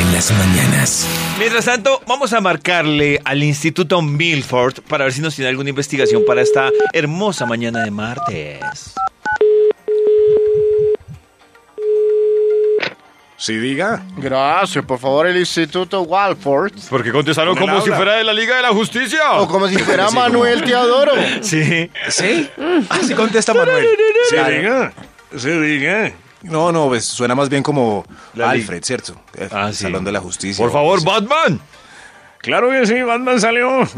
en las mañanas. Mientras tanto, vamos a marcarle al Instituto Milford para ver si nos tiene alguna investigación para esta hermosa mañana de martes. Sí, diga. Gracias, por favor, el Instituto Walford. ¿Por qué contestaron Con el habla. de la Liga de la Justicia? O como si fuera Manuel Te Adoro. Oh, Sí. ¿Sí? Así contesta Manuel. Sí, diga. Sí, diga. No, no, pues suena más bien como La li- Alfred, ¿cierto? Eh, Ah, sí. Salón de la Justicia. Por favor, Batman. Claro que sí, Batman salió.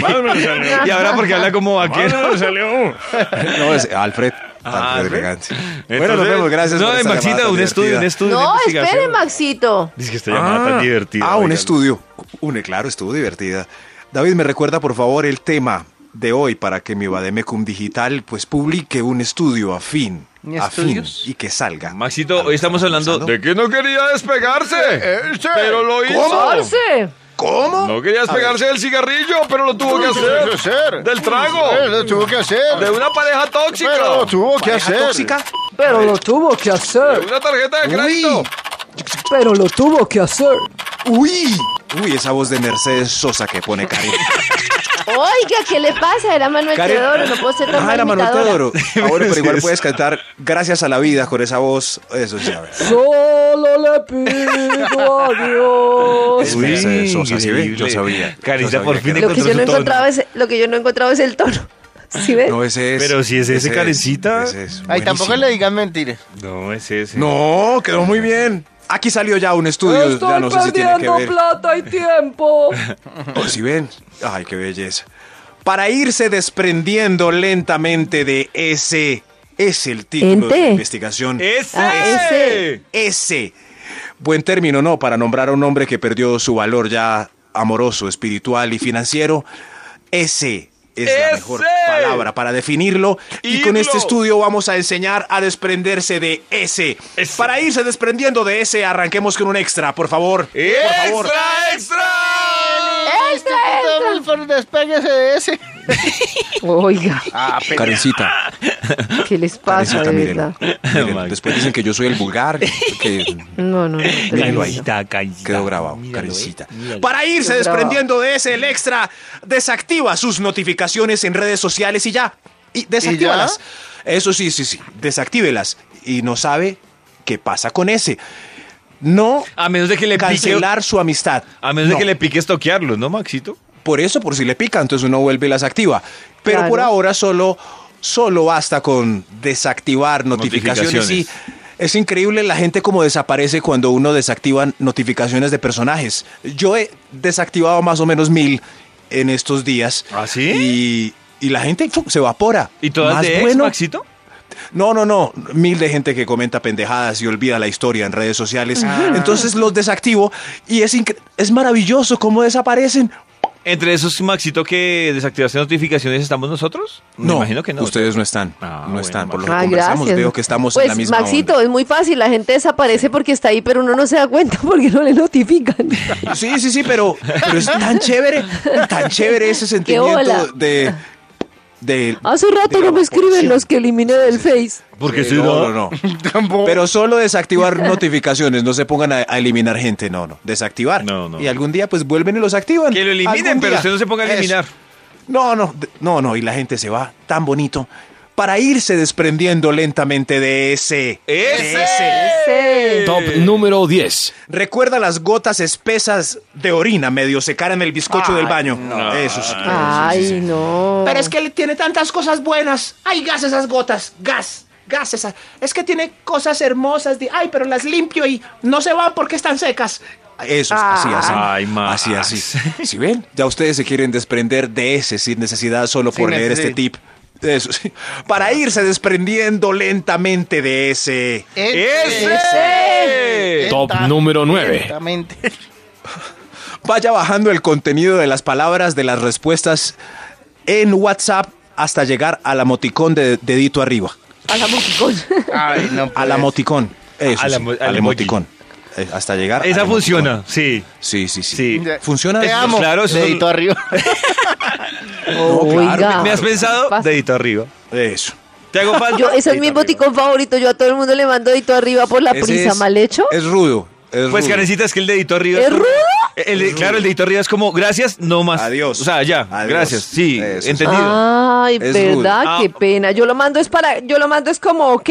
Batman salió. Y ahora porque habla como vaquero. Batman salió. No, es Alfred. Ah, Alfred. Alfred elegante. bueno, nos Entonces, vemos, gracias. No, por de esta Maxita, llamada un tan estudio, un divertida. estudio. No, una espere, investigación. Maxito. Dice que esta llamada tan divertida. Ah, un oigan. estudio. Un claro estudio divertida. David, me recuerda por favor el tema de hoy para que mi Bademecum Digital pues publique un estudio afín. Afín, estudios? y que salga. Maxito, hoy estamos hablando pensando? de que no quería despegarse, Eh, sí. pero lo hizo. Parce. ¿Cómo? No quería despegarse del cigarrillo, pero lo tuvo que Lo tuvo que hacer. hacer. Del trago. Eh, Lo tuvo que De hacer. una pareja tóxica. Pero lo tuvo que ¿Pareja hacer. tóxica? Pero lo tuvo que hacer, De una tarjeta de crédito. Uy, pero lo tuvo que hacer. uy, uy, esa voz de Mercedes Sosa que pone Karen. Oiga, ¿qué le pasa? Era Manuel Karen- Teodoro, no puedo ser tan Ah, era Manuel imitadora. Teodoro. Ah, bueno, pero igual Mercedes. puedes cantar Gracias a la vida con esa voz. Eso sí, a ver. Solo le pido a Dios. Es Mercedes Sosa, ¿sí ve? Yo increíble. sabía. yo Carita, sabía por que fin era- Lo encontró que yo no su tono. encontraba es, lo que yo no encontraba es el tono. ¿Sí ves? No, ese es. Pero si es ese, Karencita. ese es. Ay, tampoco Buenísimo. le digan mentiras. No, es ese. No, quedó muy bien. Aquí salió ya un estudio, ya Estoy no sé si tiene que perdiendo ver. plata y tiempo. O si Oh, ven. Ay, qué belleza. Para irse desprendiendo lentamente de ese. Es el título de Ente. la investigación. ¡Ese! Ah, ese. Ese. Buen término, ¿no? Para nombrar a un hombre que perdió su valor ya amoroso, espiritual y financiero. Ese es la Ese. mejor palabra para definirlo. Y con Hilo. este estudio vamos a enseñar a desprenderse de ese. Ese. Para irse desprendiendo de ese, arranquemos con un extra, por favor. Por favor. ¡Extra, extra! ¡Extra, Todo el for- Despéguese de ese. Oiga, Karencita, ¿qué les Karencita, pasa, de miren, verdad? miren, Oh, después dicen que yo soy el vulgar, que No, no, no. Míralo tremendo. ahí. Quedó grabado, Karencita. Para irse Quedó desprendiendo de ese el extra, desactiva sus notificaciones en redes sociales y ya. Y desactívalas. Eso sí, sí, sí. Desactívelas. Y no sabe qué pasa con ese. No A menos de que Ah, le pique. cancelar su amistad. A menos No. de que le pique estoquearlos, ¿no, Maxito? Por eso, por si le pica, entonces uno vuelve y las activa. Pero Claro. por ahora solo, solo basta con desactivar notificaciones. Notificaciones. Y es increíble la gente como desaparece cuando uno desactiva notificaciones de personajes. Yo he desactivado más o menos mil en estos días. ¿Ah, sí? Y, y la gente ¡fum! se evapora. ¿Y todas Más de ex, bueno- Maxito? no, no, no. Mil de gente que comenta pendejadas y olvida la historia en redes sociales. Entonces los desactivo y es, incre- es maravilloso cómo desaparecen. ¿Entre esos, Maxito, que desactivaste notificaciones estamos nosotros? Me imagino que no. Ustedes no están. Ah, no bueno, están. Por lo que Ah, conversamos, gracias. veo que estamos pues, en la misma. Maxito, es muy fácil. La gente desaparece porque está ahí, pero uno no se da cuenta porque no le notifican. onda. Sí, sí, sí, pero, pero es tan chévere, tan chévere ese hola. sentimiento de. de Hace rato de no me escriben evaporación. los que eliminé del Face. Porque Sí, si no, no. no, no. Pero solo desactivar notificaciones, no se pongan a, a eliminar gente, no, no. Desactivar. No, no. Y algún día, pues vuelven y los activan. Que lo eliminen, Algún pero día. usted no se ponga a Eso. eliminar. No, no, de- no, no. Y la gente se va tan bonito para irse desprendiendo lentamente de ese. ¡Ese! De ese. Top número 10. Recuerda las gotas espesas de orina medio secar en el bizcocho del baño. Eso sí. Ay, no. Ah. Pero es que él tiene tantas cosas buenas. Ay, gas esas gotas. Gas. Gas esas. Es que tiene cosas hermosas. De, ay, pero las limpio y no se van porque están secas. Ah. Eso, así, así. Ay, Max. así, así. ¿Sí ven? Ya ustedes se quieren desprender de ese sin necesidad solo por leer este tip. Eso sí. Para irse desprendiendo lentamente de ese. ¡Ese! Top número 9. Exactamente. Vaya bajando el contenido de las palabras, de las respuestas en WhatsApp hasta llegar al emoticón de dedito arriba. A la musicón. Ay, no. Al emoticón. Eso Al sí, Pues, emo- al al emoji. emoticón. Eh, Hasta llegar. Esa al emoticón. funciona, sí. Sí, sí, sí. Sí. ¿Funciona? Te eso? amo. claro, eso- Dedito arriba. claro, Oiga. ¿Me has pensado? Pasa. Dedito arriba. Eso. ¿Te hago falta? Yo, ese es mi Dedito arriba. boticón favorito. Yo a todo el mundo le mando dedito arriba por la Ese prisa. es- ¿Mal hecho? Es rudo. Es Pues rudo. Karencita, es que el dedito arriba. ¿Es como- rudo? El- el- claro, el dedito arriba es como, gracias, no más. Adiós. O sea, ya, Adiós. gracias. Sí, Eso. entendido. Ah. Ay, Es verdad, rudo. qué Ah. pena. Yo lo mando es para, yo lo mando es como, ok,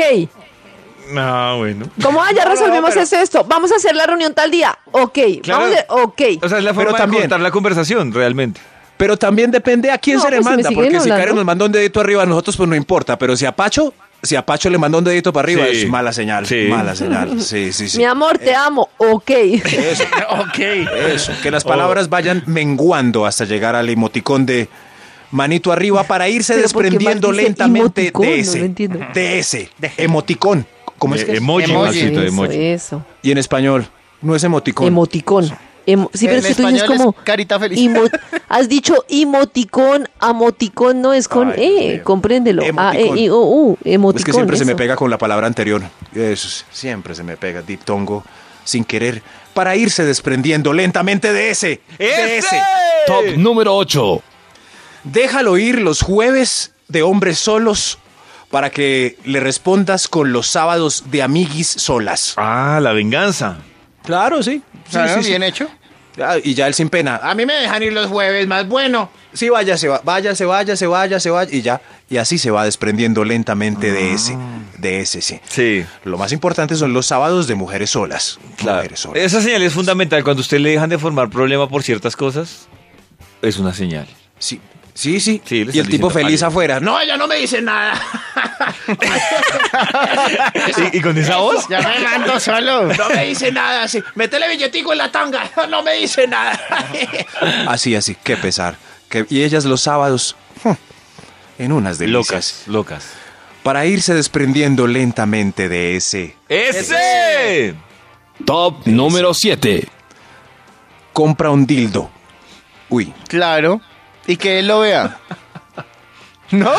Ah, bueno. como, ah, ya No, no, resolvimos pero- esto, esto, vamos a hacer la reunión tal día, ok, Claro. vamos a, ok. O sea, es la Pero forma también- de cortar la conversación, realmente. Pero también depende a quién No, se le pues, si me manda, siguen porque si hablando. Karen nos manda un dedito arriba a nosotros, pues no importa. Pero si a Pacho, si a Pacho le manda un dedito para arriba, Sí. es mala señal. Sí. Mala señal. Sí, sí, Eh. sí. Mi amor, te amo, ok. Eso, ok. eso. Que las palabras vayan menguando hasta llegar al emoticón de manito arriba para irse Pero ¿por qué desprendiendo Mark dice lentamente emoticón? de No ese. lo entiendo. De ese. Emoticón. ¿Cómo es Eh, que es? emoji, Emoji. Maxito, eso, emoji. eso. Y en español, no es emoticón. Emoticón. Emo- sí, pero En es que tú dices español es como. carita feliz. imo- has dicho emoticón, amoticón, no es con Ay, Dios E, mío. compréndelo. A, E, Emoticón. I, O, U, emoticón. Es que siempre se me eso. pega con la palabra anterior. Eso sí, siempre se me pega diptongo sin querer para irse desprendiendo lentamente de ese. De ese. Top número 8. Déjalo ir los jueves de hombres solos para que le respondas con los sábados de amiguis solas. Ah, la venganza. Claro, sí. Sí, Claro, sí, sí. bien hecho. Ah, y ya él sin pena. Ah, A mí me dejan ir los jueves más bueno. sí, vaya, se va, vaya, se vaya, se vaya, se vaya. Y ya. Y así se va desprendiendo lentamente de ese. Ah. De ese, sí. Sí. Lo más importante son los sábados de mujeres solas. Mujeres solas. Esa señal es fundamental. Cuando a usted le dejan de formar problema por ciertas cosas, es una señal. Sí, sí, sí. Sí, le y el están tipo diciendo feliz algo. afuera. No, No, ella no me dice nada. Ah. ¿Y, y con esa voz? Ya me mando solo. No me dice nada. Sí. Metele billetico en la tanga. No me dice nada. así, así, qué pesar. Que- y ellas los sábados, en unas delicias, Locas, locas. para irse desprendiendo lentamente de ese. ¡Ese! Top número 7. Compra un dildo. Uy. Claro. Y que él lo vea. ¿No?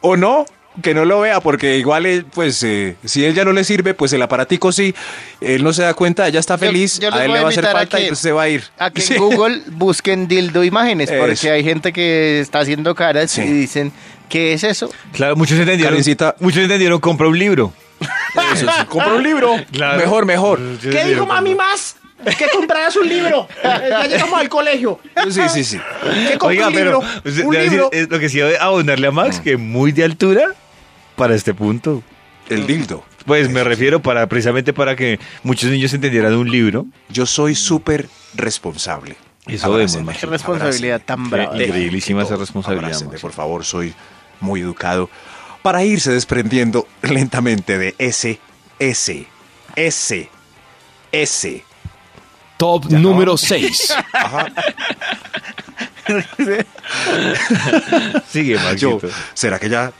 ¿O no? Que no lo vea, porque igual, él, pues, eh, si él ya no le sirve, pues el aparatico sí. Él no se da cuenta, ella está feliz, yo les a él voy le a va a hacer invitar a falta y que- pues se va a ir. A que Sí. en Google busquen dildo imágenes, Eso. porque hay gente que está haciendo caras Sí. y dicen, ¿qué es eso? Claro, muchos entendieron. Karencita. Muchos entendieron, compra un libro. Eso sí. Compra un libro. Claro. Mejor, mejor. ¿Qué dijo mami más? Que compraras un libro. Ya llegamos al colegio. Sí, sí, sí. Que compré Oiga, un pero libro. usted- un debe decir, libro. es lo que sí debe abonarle a Max, Ah. que muy de altura para este punto. El dildo. Pues me refiero para precisamente para que muchos niños entendieran un libro. Yo soy súper responsable. Eso Abrácenme, vemos, Max. Qué responsabilidad tan brava. Qué Increíbísima esa abrácenme, responsabilidad. abrácenme, Max. por favor, soy muy educado. Para irse desprendiendo lentamente de ese, ese, ese, ese. Top número 6. Sigue, Ah, Yo, Maxito. ¿será que ya?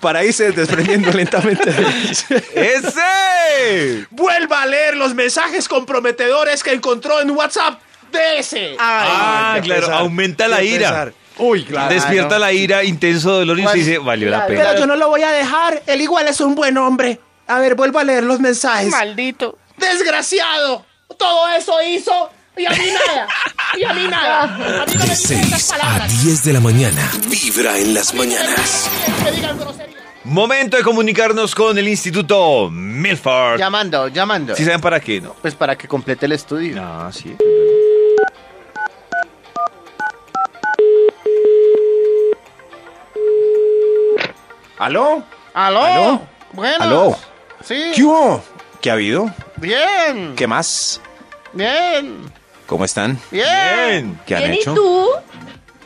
Para irse desprendiendo lentamente de ese. ¡Ese! Vuelva a leer los mensajes comprometedores que encontró en WhatsApp de ese. Ah, qué claro, pesar, aumenta qué la ira. pesar. Uy, Despierta la ira, intenso dolor y se Claro. dice, valió la Claro. pena. Pero yo no lo voy a dejar. Él igual es un buen hombre. A ver, vuelvo a leer los mensajes. Maldito. ¡Desgraciado! Todo eso hizo y a mí nada. Y a mí nada. A mí no De me dicen estas 6 a palabras. 10 de la mañana. Vibra en las mañanas. Que digan groserías. Momento de comunicarnos con el Instituto Milford. Llamando, llamando. Si saben para qué, ¿no? Pues para que complete el estudio. Ah, sí. ¿Aló? ¿Aló? ¿Aló? Bueno. ¿Aló? Sí. ¿Qué hubo? ¿Qué ha habido? Bien. ¿Qué más? Bien. ¿Cómo están? Bien. Bien. ¿Qué han Bien, ¿y hecho? tú?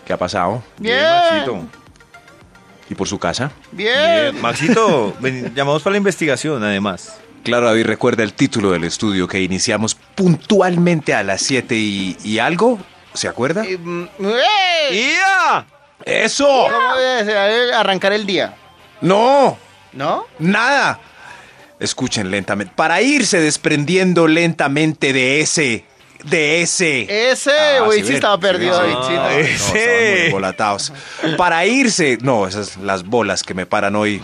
¿Qué ha pasado? Bien. Maxito. ¿Y por su casa? Bien. Bien. Maxito, ven, llamamos para la investigación, además. Claro, David, recuerda el título del estudio que iniciamos puntualmente a las 7 y, y algo. ¿Se acuerda? Y, mm, ¡ey! ¡Ya! ¡Eso! ¿Cómo es? A ver, arrancar el día? ¡No! ¿No? Ah, ¡Nada! Escuchen lentamente. Para irse desprendiendo lentamente de ese. De ese. Ese, Ah, güey, sí, sí, ven, estaba sí, perdido, ven, sí. Ah, David, sí, no. No, no, Ese. estaban muy embolatados. Para irse. No, esas las bolas que me paran hoy.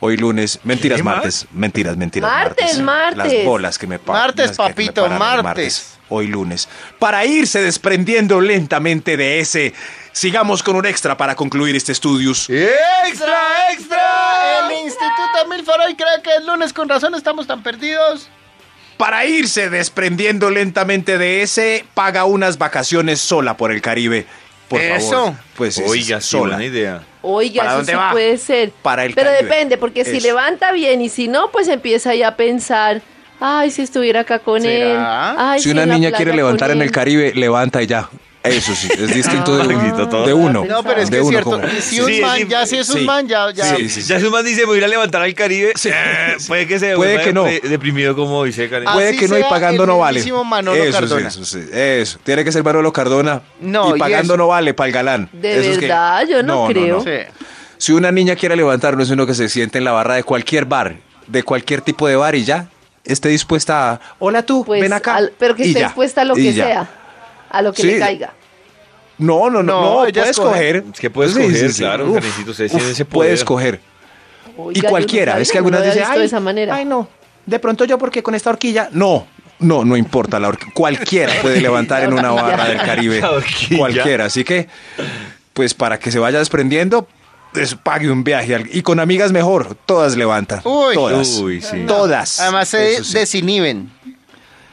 Hoy lunes. Mentiras, más? martes. Mentiras, mentiras. Martes, martes. Las bolas que me paran. Martes, las que me papito, paran hoy martes. Hoy lunes. Para irse desprendiendo lentamente de ese. Sigamos con un extra para concluir este estudios. ¡Extra, extra! El Instituto Milford hoy cree que el lunes con razón estamos tan perdidos. Para irse desprendiendo lentamente de ese, paga unas vacaciones sola por el Caribe. Por favor. Eso. Pues sí, sí, Oiga, sí, sola. buena idea. Oiga, ¿Para eso dónde sí va? puede ser. Para el Pero Caribe. depende, porque si Eso. levanta bien y si no, pues empieza ya a pensar, ay, si estuviera acá con él. ¿Será? ay, si una en la niña playa quiere con levantar en el él". Caribe, levanta y ya. Eso sí, es distinto de, Maldito todo. de Ah, uno. No, pero es de que es uno cierto. como- Si un Sí, man, sí, ya si es un sí. man, ya, ya. Sí, sí, sí. Ya si un man dice, me voy a ir a levantar al Caribe, eh, puede que se Puede vuelva que no. depre- deprimido como dice Karen. Ah, Puede Así que no y sea pagando el no vale. mismísimo Manolo eso, sí, Cardona. eso, sí, eso. Tiene que ser Manolo Cardona. No, y y pagando eso. no vale para el galán. De Eso es que- verdad, yo no creo. Sí. Si una niña quiere levantar, no es uno que se siente en la barra de cualquier bar, de cualquier tipo de bar y ya. Esté dispuesta a. Hola tú, Pues, ven acá. al- pero que y esté ya, expuesta a lo y que ya. sea, a lo que Sí. le caiga. No, no, no, No, no, ella puede escoge. escoger. Es que puede Sí, escoger, sí, sí. claro, Uf, Karencito, usted tiene uf, ese poder. Puede escoger. Oiga, yo y no cualquiera. sabía, es que yo no lo algunas dicen, había visto ay, de esa manera. ay, no. De pronto yo porque con esta horquilla. No, no, no importa. La horqu- cualquiera puede levantar en una barra del Caribe. La horquilla. Cualquiera. Así que, pues para que se vaya desprendiendo, pues, pague un viaje. al- Y con amigas mejor, todas levantan. Uy. todas. Uy, sí. Todas. Además se Eso sí. desinhiben.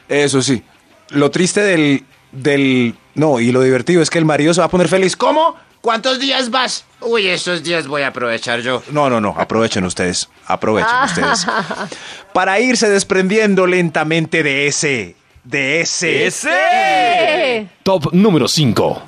Eso sí. Lo triste del, del. No, y lo divertido es que el marido se va a poner feliz. ¿Cómo? ¿Cuántos días vas? Uy, esos días voy a aprovechar yo. No, no, no. Aprovechen ustedes. Aprovechen Ah. ustedes. Para irse desprendiendo lentamente de ese. De ese. ¡Ese! Eh, Top número 5.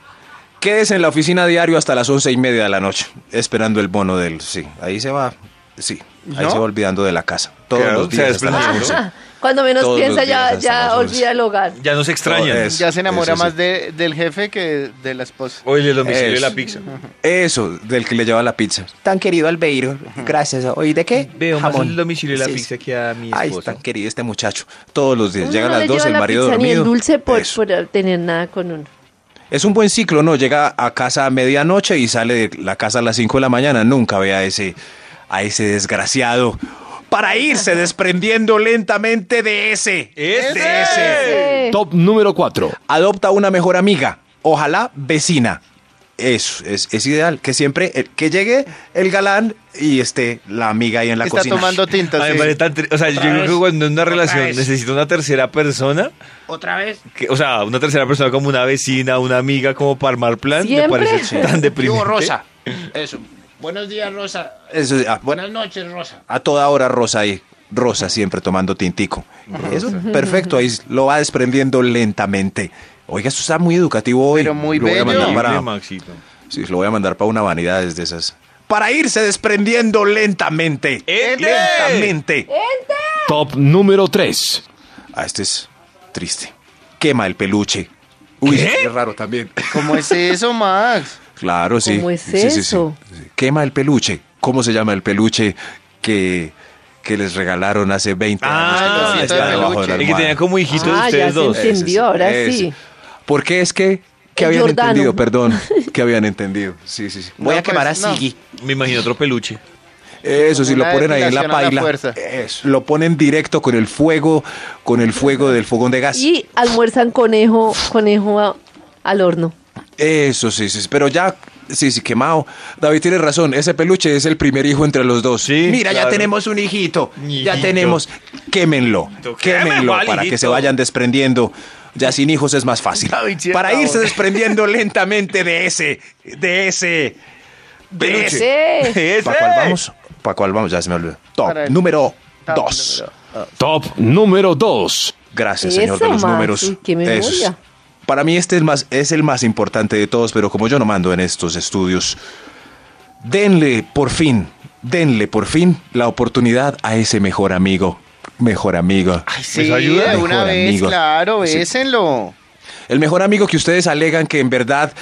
Quédese en la oficina diario hasta las once y media de la noche, esperando el bono del. Sí, ahí se va. Sí, ahí ¿No? se va olvidando de la casa. Todos Claro, los se días. hasta las desprendió, 11. Cuando menos Todos los piensa ya, días hasta las ya once. olvida el hogar. Ya no se extrañan. Todo eso. Ya se enamora eso sí. más de, del jefe que de la esposa. Oye, el domicilio de Eso. la pizza. Eso, del que le lleva la pizza. Tan querido Albeiro, gracias. ¿Hoy de qué? Veo más Jamón. el domicilio de la Sí, pizza que a mi Ay, esposo. tan querido este muchacho. Todos los días. Uno Llega a no le las dos, lleva el la marido pizza ni dormido. el dulce por, Eso. por tener nada con uno. Es un buen ciclo, ¿no? Llega a casa a medianoche y sale de la casa a las 5 de la mañana. Nunca ve a ese, a ese desgraciado para irse desprendiendo lentamente de ese. ¡Ese! De ese. Eh, Top número 4. Adopta una mejor amiga, ojalá vecina. Eso, es, es ideal. Que siempre, eh, que llegue el galán y esté la amiga ahí en la Está cocina. tomando tinta. Ay, sí. me parece tan tri- O sea, yo creo que cuando en una relación necesita una tercera persona, ¿Otra vez? que- o sea, una tercera persona como una vecina, una amiga, como para armar plan, Siempre. me parece tan deprimente. Digo, Rosa. Eso. Buenos días, Rosa. Eso, ah, bueno, Buenas noches, Rosa. a toda hora Rosa ahí. Rosa siempre tomando tintico. Eso, perfecto, ahí lo va desprendiendo lentamente. Oiga, esto está muy educativo hoy. Pero muy lo voy a bello. mandar Increíble, para, Maxito. sí, lo voy a mandar para una vanidad de esas. Para irse desprendiendo lentamente. ¡Eh! ¡Ente! Lentamente. Top número 3. Ah, este es triste. Quema el peluche. Uy, es raro también. ¿Cómo es eso, Max? Claro, sí. ¿Cómo es Sí, sí, sí. eso? Sí. Quema el peluche. ¿Cómo se llama el peluche que, que les regalaron hace 20 años? Ah, que el está osito de debajo peluche. de la El que almohada? tenía como hijito de Ah, ya ustedes se dos. Ese, entendió, ahora ese. sí. Porque es que, que El habían Giordano. entendido, perdón, que habían entendido. Sí, sí, sí. Voy a quemar a Siggy. Me imagino otro peluche. Eso sí, lo Una ponen ahí en la depilación a la paila. fuerza. Eso, Lo ponen directo con el fuego, con el fuego del fogón de gas. Y almuerzan conejo, conejo a- al horno. Eso sí, sí, pero ya, sí, sí, quemado. David tiene razón, ese peluche es el primer hijo entre los dos. Sí, Mira, claro. ya tenemos un hijito, ya Hijito. tenemos, quémenlo, Hijito, quémenlo quémenlo al para que hijito. se vayan desprendiendo. Ya sin hijos es más fácil. David, sí, Para por irse favor. desprendiendo lentamente de ese, de ese, de ese. Eh, ¡Ese! ¿Para cuál vamos? ¿Para cuál vamos? Ya se me olvidó. Top Para el- número Top dos. número Top número 2. Gracias, Eso, señor de los Max, números. uy, qué memoria. Eso es. Para mí este es, más, es el más importante de todos, pero como yo no mando en estos estudios, denle por fin, denle por fin la oportunidad a ese mejor amigo, mejor amigo. Sí, ayuda? de una Mejor vez, amigo. claro, Sí. bésenlo. El mejor amigo que ustedes alegan que en verdad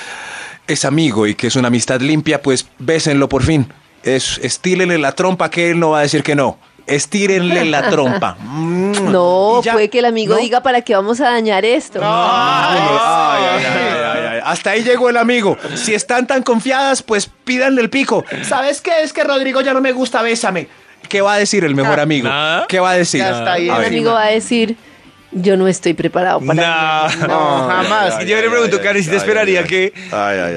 es amigo y que es una amistad limpia, pues bésenlo por fin. Es, estírenle la trompa que él no va a decir que no. Estírenle la trompa. No, Mm. Y ya. puede que el amigo No. diga para qué vamos a dañar esto. Ay, Ah. ay, ay, ay, ay. Hasta ahí llegó el amigo. Si están tan confiadas, pues pídanle el pico. ¿Sabes qué? Es que Rodrigo ya no me gusta, bésame. ¿Qué va a decir el mejor amigo? nada. ¿Qué va a decir? Ah. Ya está ahí A El ver. amigo va a decir, yo no estoy preparado para... Nah. No, jamás. Y yo le pregunto, Karen, si te esperaría que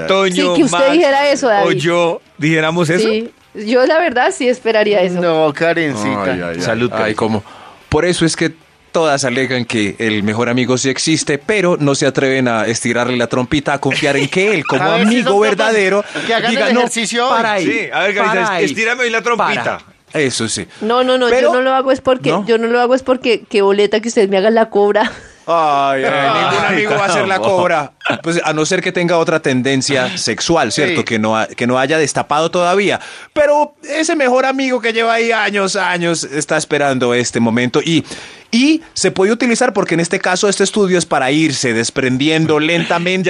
Toño, Sí, que usted Max dijera eso, o David. yo dijéramos eso. Sí, yo la verdad sí esperaría eso. No, Karencita. Salud. Ay, cómo. Por eso es que Todas alegan que el mejor amigo sí existe, pero no se atreven a estirarle la trompita, a confiar en que él, como A ver si amigo son capaces verdadero, que hagan el diga, no, ejercicio hoy". para ahí, Sí, a ver, Gabita, para ahí, estírame hoy la trompita. para". Eso sí. No, no, no, Pero- yo no lo hago es porque, ¿No? yo no lo hago es porque, qué boleta que usted me haga la cobra. Ay, ay, Eh, ningún Ay, amigo va a hacer la no. cobra. Pues a no ser que tenga otra tendencia sexual, ¿cierto? Sí. Que, no ha- que no haya destapado todavía. Pero ese mejor amigo que lleva ahí años, años, está esperando este momento y. Y se puede utilizar porque en este caso este estudio es para irse desprendiendo lentamente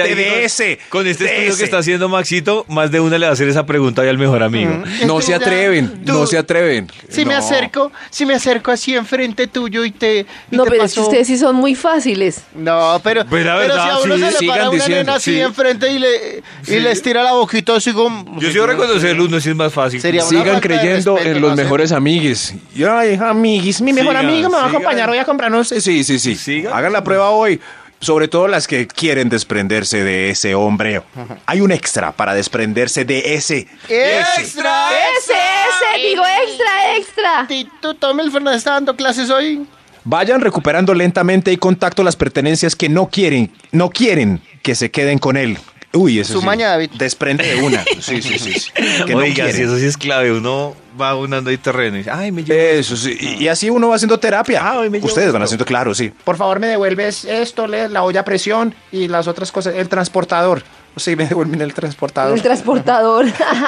Ya de digo, ese. Con este de estudio ese. que está haciendo Maxito, más de una le va a hacer esa pregunta hoy al mejor amigo. No se atreven, Este Tú- no se atreven. Si me No. acerco, si me acerco así enfrente tuyo y te. y No, te pero es que paso- ustedes sí son muy fáciles. No, pero, Pues la pero si verdad, a uno sí, se le sigan para una diciendo, nena así sí. enfrente y le, y le estira la boquita así como... Yo sí voy a reconocer uno, sí es más fácil. Sería una Sigan falta de creyendo respeto, en los ¿no? mejores amiguis. Y, Ay, amiguis, mi mejor Sigan, amigo me va a sigan. acompañar hoy a comprarnos. Sí, sí, sí. Sigan. Hagan la prueba hoy. Sobre todo las que quieren desprenderse de ese hombre. Hay un extra para desprenderse de ese. ¡Extra! Ese, ese, digo extra, extra. Tito Tomel Fernández está dando clases hoy. Vayan recuperando lentamente y contacto las pertenencias que no quieren, no quieren que se queden con él. Uy, eso Su sí. maña, David. Desprende de una. Sí, sí, sí. sí. Que no Oiga, quieren. si eso sí es clave, uno va unando ahí terreno y dice, "Ah, ay, me llevo. Eso sí. Y, y así uno va haciendo terapia. Ustedes van haciendo, claro, sí. Por favor, me devuelves esto, le- la olla a presión y las otras cosas. El transportador. Sí, me devuelven el transportador. El transportador.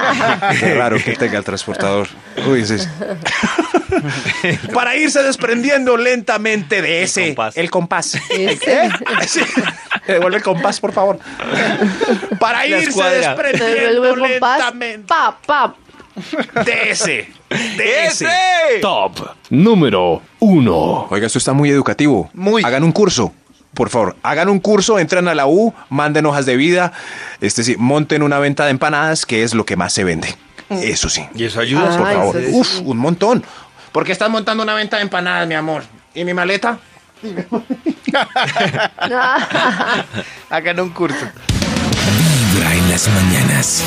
Qué raro que tenga el transportador. Uy, sí. Para irse desprendiendo lentamente de ese. compás. El compás. Ese. ¿Eh? Ah, Sí. Me devuelve el compás, por favor. Para La irse escuadra. Me devuelvo desprendiendo el compás. lentamente Pa, pa. de ese. De ese. Eh. Top número 1. Oiga, esto está muy educativo. Muy. Hagan un curso. Por favor, hagan un curso, entran a la U, manden hojas de vida, este sí, monten una venta de empanadas, que es lo que más se vende. Eso sí. Y eso ayuda, por Ah, favor. Mm. eso sí. Uf, un montón. ¿Por qué estás montando una venta de empanadas, mi amor? ¿Y mi maleta? Ah. Hagan un curso. Vibra en las mañanas.